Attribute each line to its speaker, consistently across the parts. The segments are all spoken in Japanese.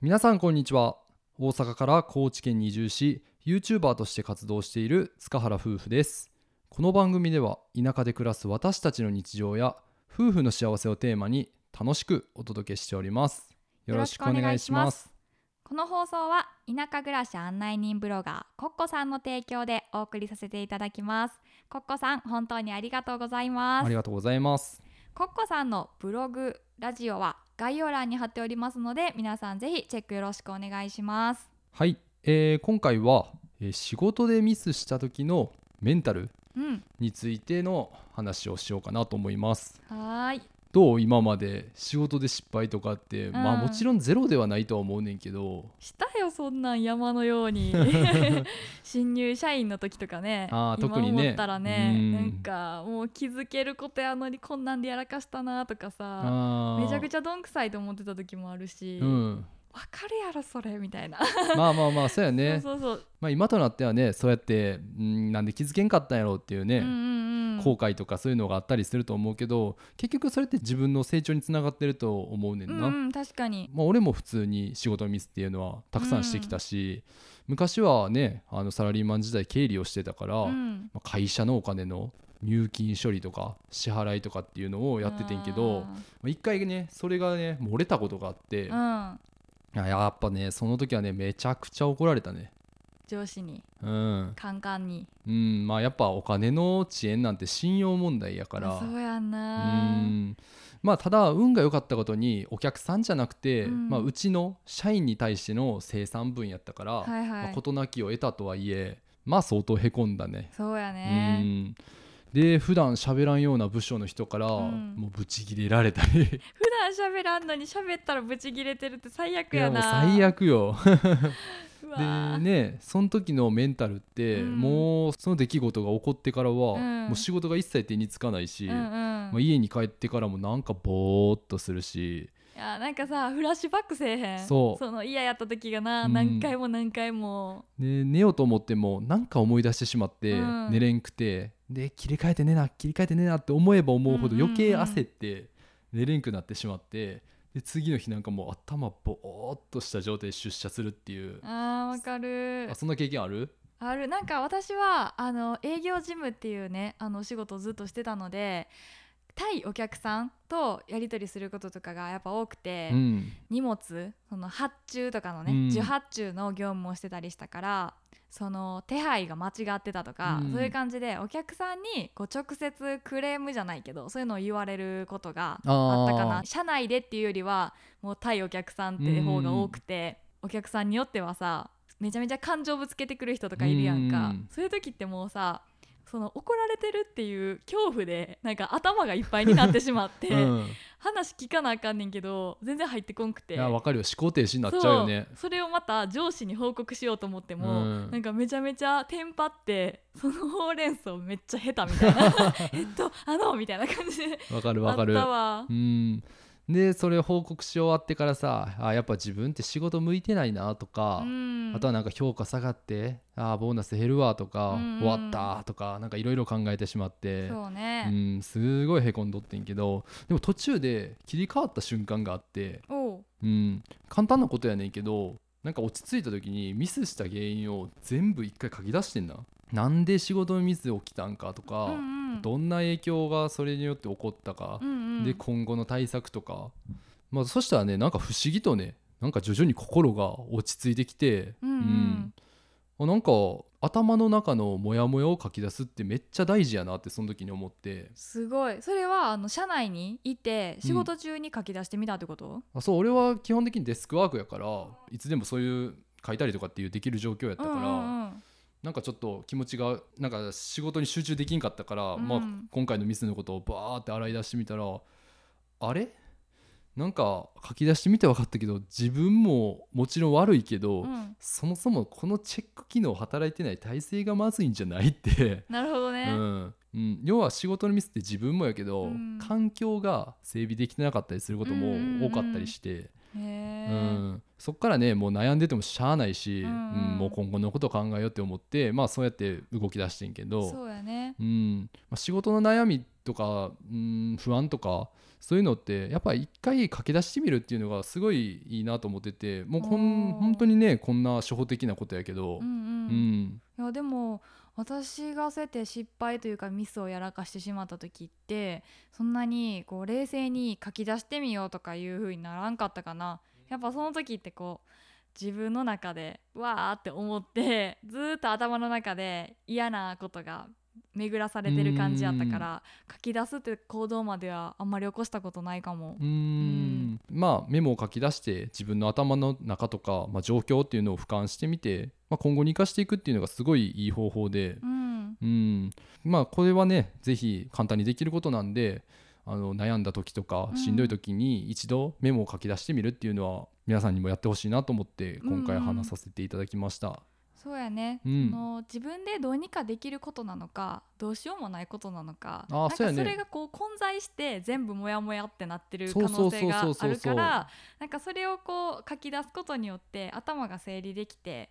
Speaker 1: 皆さんこんにちは大阪から高知県に移住し YouTuber として活動している塚原夫婦ですこの番組では田舎で暮らす私たちの日常や夫婦の幸せをテーマに楽しくお届けしておりますよろしくお願いします
Speaker 2: この放送は田舎暮らし案内人ブロガーコッコさんの提供でお送りさせていただきますコッコさん本当にありがとうございま
Speaker 1: あ
Speaker 2: す
Speaker 1: りがとうございます
Speaker 2: コッコさんのブログラジオは概要欄に貼っておりますので皆さんぜひチェックよろしくお願いします
Speaker 1: はい、えー今回は、えー仕事でミスした時のメンタル
Speaker 2: うん
Speaker 1: についての話をしようかなと思います
Speaker 2: はーい
Speaker 1: どう今まで仕事で失敗とかって、まあ
Speaker 2: うん
Speaker 1: もちろんゼロではないとは思うねんけど
Speaker 2: したよそんなん山のよう に新入社員の時とかね
Speaker 1: あー
Speaker 2: 今
Speaker 1: 特にね
Speaker 2: 思ったらね
Speaker 1: うん
Speaker 2: なんかもう気づけることやのにこんなんでやらかしたなとかさめ
Speaker 1: め
Speaker 2: ちゃくち
Speaker 1: ゃ
Speaker 2: ゃどんくさいと思ってた時もあるし、
Speaker 1: う
Speaker 2: わ
Speaker 1: ん、
Speaker 2: かるやろそれみたいな、
Speaker 1: まあまあまあそうやね
Speaker 2: そうそうそう、
Speaker 1: まあ、今となってはねそうやってうんなんで気づけんかったんやろうっていうね、
Speaker 2: うんうんうん
Speaker 1: 後悔とかそういうのがあったりすると思うけど結局それって自分の成長につながってると思うねんな、
Speaker 2: うんうん確かに
Speaker 1: まあ、俺も普通に仕事のミスっていうのはたくさんしてきたし、昔はねあのサラリーマン時代経理をしてたから、
Speaker 2: うん
Speaker 1: まあ会社のお金の入金処理とか支払いとかっていうのをやっててんけどまあ一回ねそれがね漏れたことがあって、
Speaker 2: あーうん
Speaker 1: あやっぱねその時はねめちゃくちゃ怒られたね
Speaker 2: 上司に
Speaker 1: うん、
Speaker 2: カンカンに
Speaker 1: うん、まあやっぱお金の遅延なんて信用問題やから
Speaker 2: あそうやん
Speaker 1: う
Speaker 2: なー
Speaker 1: んまあただ運が良かったことにお客さんじゃなくて、
Speaker 2: うん
Speaker 1: まあ、うちの社員に対しての生産分やったから、
Speaker 2: はいはい、
Speaker 1: まあ、事なきを得たとはいえまあ相当へこんだね
Speaker 2: そうや
Speaker 1: う
Speaker 2: ね
Speaker 1: んで普段喋らんような部署の人から、
Speaker 2: うん
Speaker 1: もうブチギレられた り
Speaker 2: 普段喋らんのに喋ったらブチギレてるって最悪
Speaker 1: い
Speaker 2: や
Speaker 1: やもう
Speaker 2: な
Speaker 1: 最悪よ
Speaker 2: うわー
Speaker 1: でねその時のメンタルって、
Speaker 2: うん
Speaker 1: もうその出来事が起こってからは、
Speaker 2: うん
Speaker 1: もう仕事が一切手につかないし、
Speaker 2: うんうん
Speaker 1: まあ、家に帰ってからもなんかぼーっとするし
Speaker 2: いやなんかさフラッシュバックせえへん
Speaker 1: そう
Speaker 2: の嫌やった時がな、
Speaker 1: うん
Speaker 2: 何回も何回も
Speaker 1: で寝ようと思ってもなんか思い出してしまって、
Speaker 2: うん
Speaker 1: 寝れんくてで切り替えて寝な切り替えて寝なって思えば思うほど
Speaker 2: うんうん
Speaker 1: 余計焦って寝れんくなってしまってで次の日なんかもう頭ぼーっとした状態で出社するっていう
Speaker 2: あーわかる
Speaker 1: あそんな経験ある
Speaker 2: あるなんか私はあの営業事務っていうねあのお仕事をずっとしてたので対お客さんとやり取りすることとかがやっぱ多くて、
Speaker 1: うん
Speaker 2: 荷物その発注とかのね、
Speaker 1: うん
Speaker 2: 受発注の業務をしてたりしたからその手配が間違ってたとか、
Speaker 1: うん
Speaker 2: そういう感じでお客さんにこう直接クレームじゃないけどそういうのを言われることがあったかな
Speaker 1: ー
Speaker 2: 社内でっていうよりはもう対お客さんって方が多くて、お客さんによってはさめちゃめちゃ感情ぶつけてくる人とかいるやんか、
Speaker 1: うん
Speaker 2: そういう時ってもうさその怒られてるっていう恐怖でなんか頭がいっぱいになってしま って、
Speaker 1: うん
Speaker 2: 話聞かなあかんねんけど全然入ってこんくて
Speaker 1: いやわかるよ思考停止になっちゃうよね
Speaker 2: そうそれをまた上司に報告しようと思って
Speaker 1: う
Speaker 2: も、
Speaker 1: ん
Speaker 2: なんかめちゃめちゃテンパってそのほうれん草めっちゃ下手みた いな えっとあのみたいな感じで
Speaker 1: わかる
Speaker 2: あ
Speaker 1: わ
Speaker 2: っ
Speaker 1: かる
Speaker 2: たわ
Speaker 1: うんでそれ報告し終わってからさあやっぱ自分って仕事向いてないなとか、
Speaker 2: うん
Speaker 1: あとはなんか評価下がってあーボーナス減るわとか、
Speaker 2: うんうん
Speaker 1: 終わったとかなんかいろいろ考えてしまって
Speaker 2: そう
Speaker 1: う
Speaker 2: ね、
Speaker 1: んすごいへこんどってんけどでも途中で切り替わった瞬間があって、
Speaker 2: おう
Speaker 1: うん、簡単なことやねんけどなんか落ち着いた時にミスした原因を全部一回書き出してんな。なんで仕事のミス起きたんかとか、
Speaker 2: うんうん
Speaker 1: どんな影響がそれによって起こったか、
Speaker 2: うんうん
Speaker 1: で今後の対策とか、まあ、そしたらねなんか不思議とねなんか徐々に心が落ち着いてきて、
Speaker 2: うんうん
Speaker 1: あなんか頭の中のモヤモヤを書き出すってめっちゃ大事やなってその時に思って
Speaker 2: すごいそれはあの社内にいて仕事中に書き出してみたってこと、
Speaker 1: あそう俺は基本的にデスクワークやからいつでもそういう書いたりとかっていうできる状況やった
Speaker 2: うん
Speaker 1: から、
Speaker 2: うんうん
Speaker 1: なんかちょっと気持ちがなんか仕事に集中できんかったから、
Speaker 2: うん
Speaker 1: まあ、今回のミスのことをバーって洗い出してみたらあれなんか書き出してみて分かったけど自分ももちろん悪いけど、
Speaker 2: うん
Speaker 1: そもそもこのチェック機能働いてない体制がまずいんじゃないって、
Speaker 2: なるほど
Speaker 1: う
Speaker 2: ね、
Speaker 1: んうん、要は仕事のミスって自分もやけど、
Speaker 2: うん
Speaker 1: 環境が整備できてなかったりすることも多かったりして、
Speaker 2: へ
Speaker 1: う
Speaker 2: え、
Speaker 1: んそっからねもう悩んでてもしゃあないし、
Speaker 2: う
Speaker 1: うんん
Speaker 2: うん
Speaker 1: もう今後のこと考えようって思ってまあそうやって動き出してんけど
Speaker 2: そうやね
Speaker 1: うんまあ、仕事の悩みとか、うん、不安とかそういうのってやっぱり一回書き出してみるっていうのがすごいいいなと思っててもうこん
Speaker 2: おー
Speaker 1: 本当にねこんな初歩的なことやけど、
Speaker 2: うん
Speaker 1: う
Speaker 2: うん
Speaker 1: ん
Speaker 2: いやでも私がそうやって失敗というかミスをやらかしてしまった時ってそんなにこう冷静に書き出してみようとかいう風にならんかったかなやっぱその時ってこう自分の中でわーって思ってずーっと頭の中で嫌なことが巡らされてる感じやったから書き出すって行動まではあんまり起こしたことないかも
Speaker 1: う。んまあメモを書き出して自分の頭の中とか、まあ、状況っていうのを俯瞰してみて、まあ、今後に生かしていくっていうのがすごいいい方法で、
Speaker 2: うん、
Speaker 1: うん、まあこれはねぜひ簡単にできることなんであの悩んだ時とか
Speaker 2: うん
Speaker 1: しんどい時に一度メモを書き出してみるっていうのは皆さんにもやってほしいなと思って今回
Speaker 2: うんうん
Speaker 1: 話させていただきました。
Speaker 2: そうやね、
Speaker 1: うん
Speaker 2: その自分でどうにかできることなのかどうしようもないことなのか
Speaker 1: あー
Speaker 2: なんか
Speaker 1: そうやね
Speaker 2: それがこう混在して全部モヤモヤってなってる
Speaker 1: そ
Speaker 2: 可
Speaker 1: うそ
Speaker 2: 能
Speaker 1: うそ
Speaker 2: 性
Speaker 1: う
Speaker 2: が
Speaker 1: そう
Speaker 2: あ
Speaker 1: そう
Speaker 2: る
Speaker 1: そ
Speaker 2: か
Speaker 1: う
Speaker 2: らなんかそれをこう書き出すことによって頭が整理できて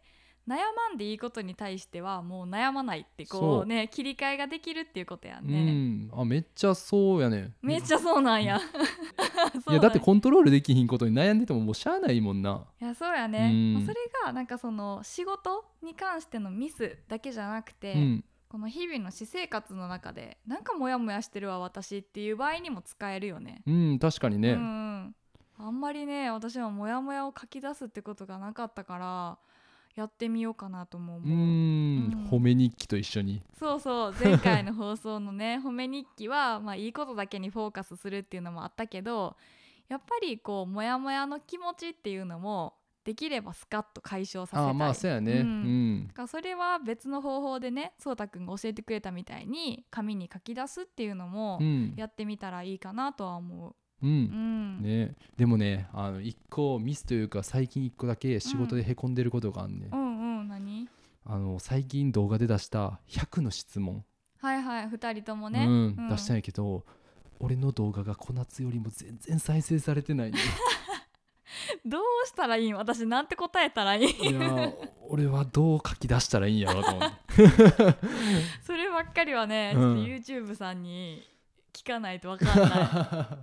Speaker 2: 悩まんでいいことに対してはもう悩まないってこ
Speaker 1: そうう
Speaker 2: ね切り替えができるっていうことや
Speaker 1: うん
Speaker 2: ね。
Speaker 1: ん、あめっちゃそうやね
Speaker 2: めっちゃそうなん や。そう
Speaker 1: い
Speaker 2: な
Speaker 1: や
Speaker 2: ん
Speaker 1: だってコントロールできひんことに悩んでてももうしゃあないもんな。
Speaker 2: いやそうやね、
Speaker 1: うん
Speaker 2: まあそれがなんかその仕事に関してのミスだけじゃなくて、
Speaker 1: うん、
Speaker 2: この日々の私生活の中でなんかモヤモヤしてるわ私っていう場合にも使えるよね。
Speaker 1: うん、確かにね、
Speaker 2: うんうん、あんまりね私はモヤモヤを書き出すってことがなかったからやってみようかなとも
Speaker 1: うん
Speaker 2: 思う。うん
Speaker 1: 褒め日記と一緒に。
Speaker 2: そうそう前回の放送 のね褒め日記は、まあ、いいことだけにフォーカスするっていうのもあったけどやっぱりこうモヤモヤの気持ちっていうのもできればスカッと解消させたい。
Speaker 1: あまあそうやね。う
Speaker 2: うん
Speaker 1: ん
Speaker 2: だ、からそれは別の方法でねそうたくんが教えてくれたみたいに紙に書き出すっていうのも
Speaker 1: うん、
Speaker 2: やってみたらいいかなとは思う。
Speaker 1: うん
Speaker 2: う、ん、
Speaker 1: ね、でもねあの一個ミスというか最近一個だけ仕事でへこんでることがあんね、ん
Speaker 2: う、んうん何
Speaker 1: あの最近動画で出した100の質問、
Speaker 2: はいはい2人ともね、
Speaker 1: うん出した
Speaker 2: い
Speaker 1: んやけど俺の動画が小夏よりも全然再生されて ないね
Speaker 2: どうしたらいいん私なんて答えたらいい
Speaker 1: いやー俺はどう書き出したらいいんやろうと思って
Speaker 2: そればっかりはね、
Speaker 1: うん
Speaker 2: ちょっと YouTube さんに聞かないとわかんな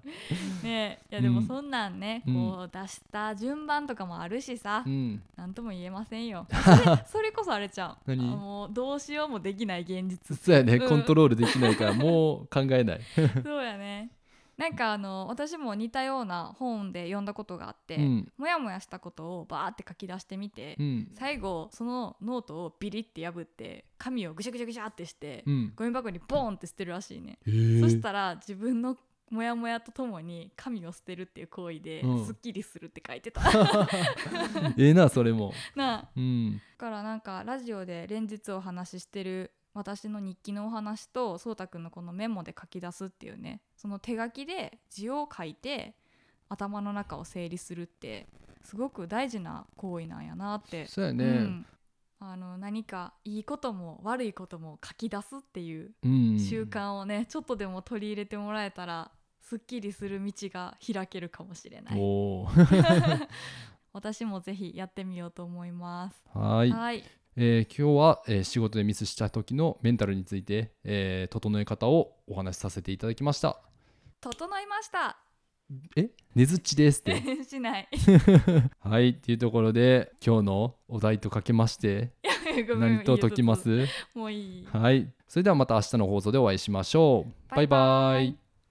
Speaker 2: い ねいやでも
Speaker 1: うん
Speaker 2: そんなんね、
Speaker 1: うん
Speaker 2: こう出した順番とかもあるしさ、
Speaker 1: うん
Speaker 2: なんとも言えません よそれそれこそあれちゃん
Speaker 1: 何
Speaker 2: あもうどうしようもできない現実
Speaker 1: そうやね
Speaker 2: うん
Speaker 1: コントロールできない からもう考えない、
Speaker 2: そうやねなんかあの私も似たような本で読んだことがあって、
Speaker 1: うん
Speaker 2: もやもやしたことをバーって書き出してみて、
Speaker 1: うん
Speaker 2: 最後そのノートをビリって破って紙をぐしゃぐしゃぐしゃってして、
Speaker 1: うん
Speaker 2: ゴミ箱にボーンって捨てるらしいね、
Speaker 1: えー
Speaker 2: そしたら自分のモヤモヤとともに紙を捨てるっていう行為で
Speaker 1: うん
Speaker 2: すっきりするって書 いてた、
Speaker 1: ええなそれも
Speaker 2: なあ
Speaker 1: うん
Speaker 2: だからなんかラジオで連日お話ししてる私の日記のお話とそうたくんのこのメモで書き出すっていうねその手書きで字を書いて頭の中を整理するってすごく大事な行為なんやなって、
Speaker 1: そうやね、
Speaker 2: うんあの何かいいことも悪いことも書き出すっていう
Speaker 1: うん
Speaker 2: 習慣をね、ちょっとでも取り入れてもらえたらすっきりする道が開けるかもしれない
Speaker 1: お
Speaker 2: 私もぜひやってみようと思います。
Speaker 1: ーはーい
Speaker 2: はい
Speaker 1: えー今日は、えー仕事でミスした時のメンタルについて、えー整え方をお話しさせていただきました。
Speaker 2: 整いました
Speaker 1: えねずっちですっ て。
Speaker 2: しない。
Speaker 1: はいっていうところで今日のお題とかけまして
Speaker 2: ごめん
Speaker 1: 何と解きま。
Speaker 2: いいよ
Speaker 1: す
Speaker 2: もういい。
Speaker 1: はいそれではまた明日の放送でお会いしましょう。バイバイ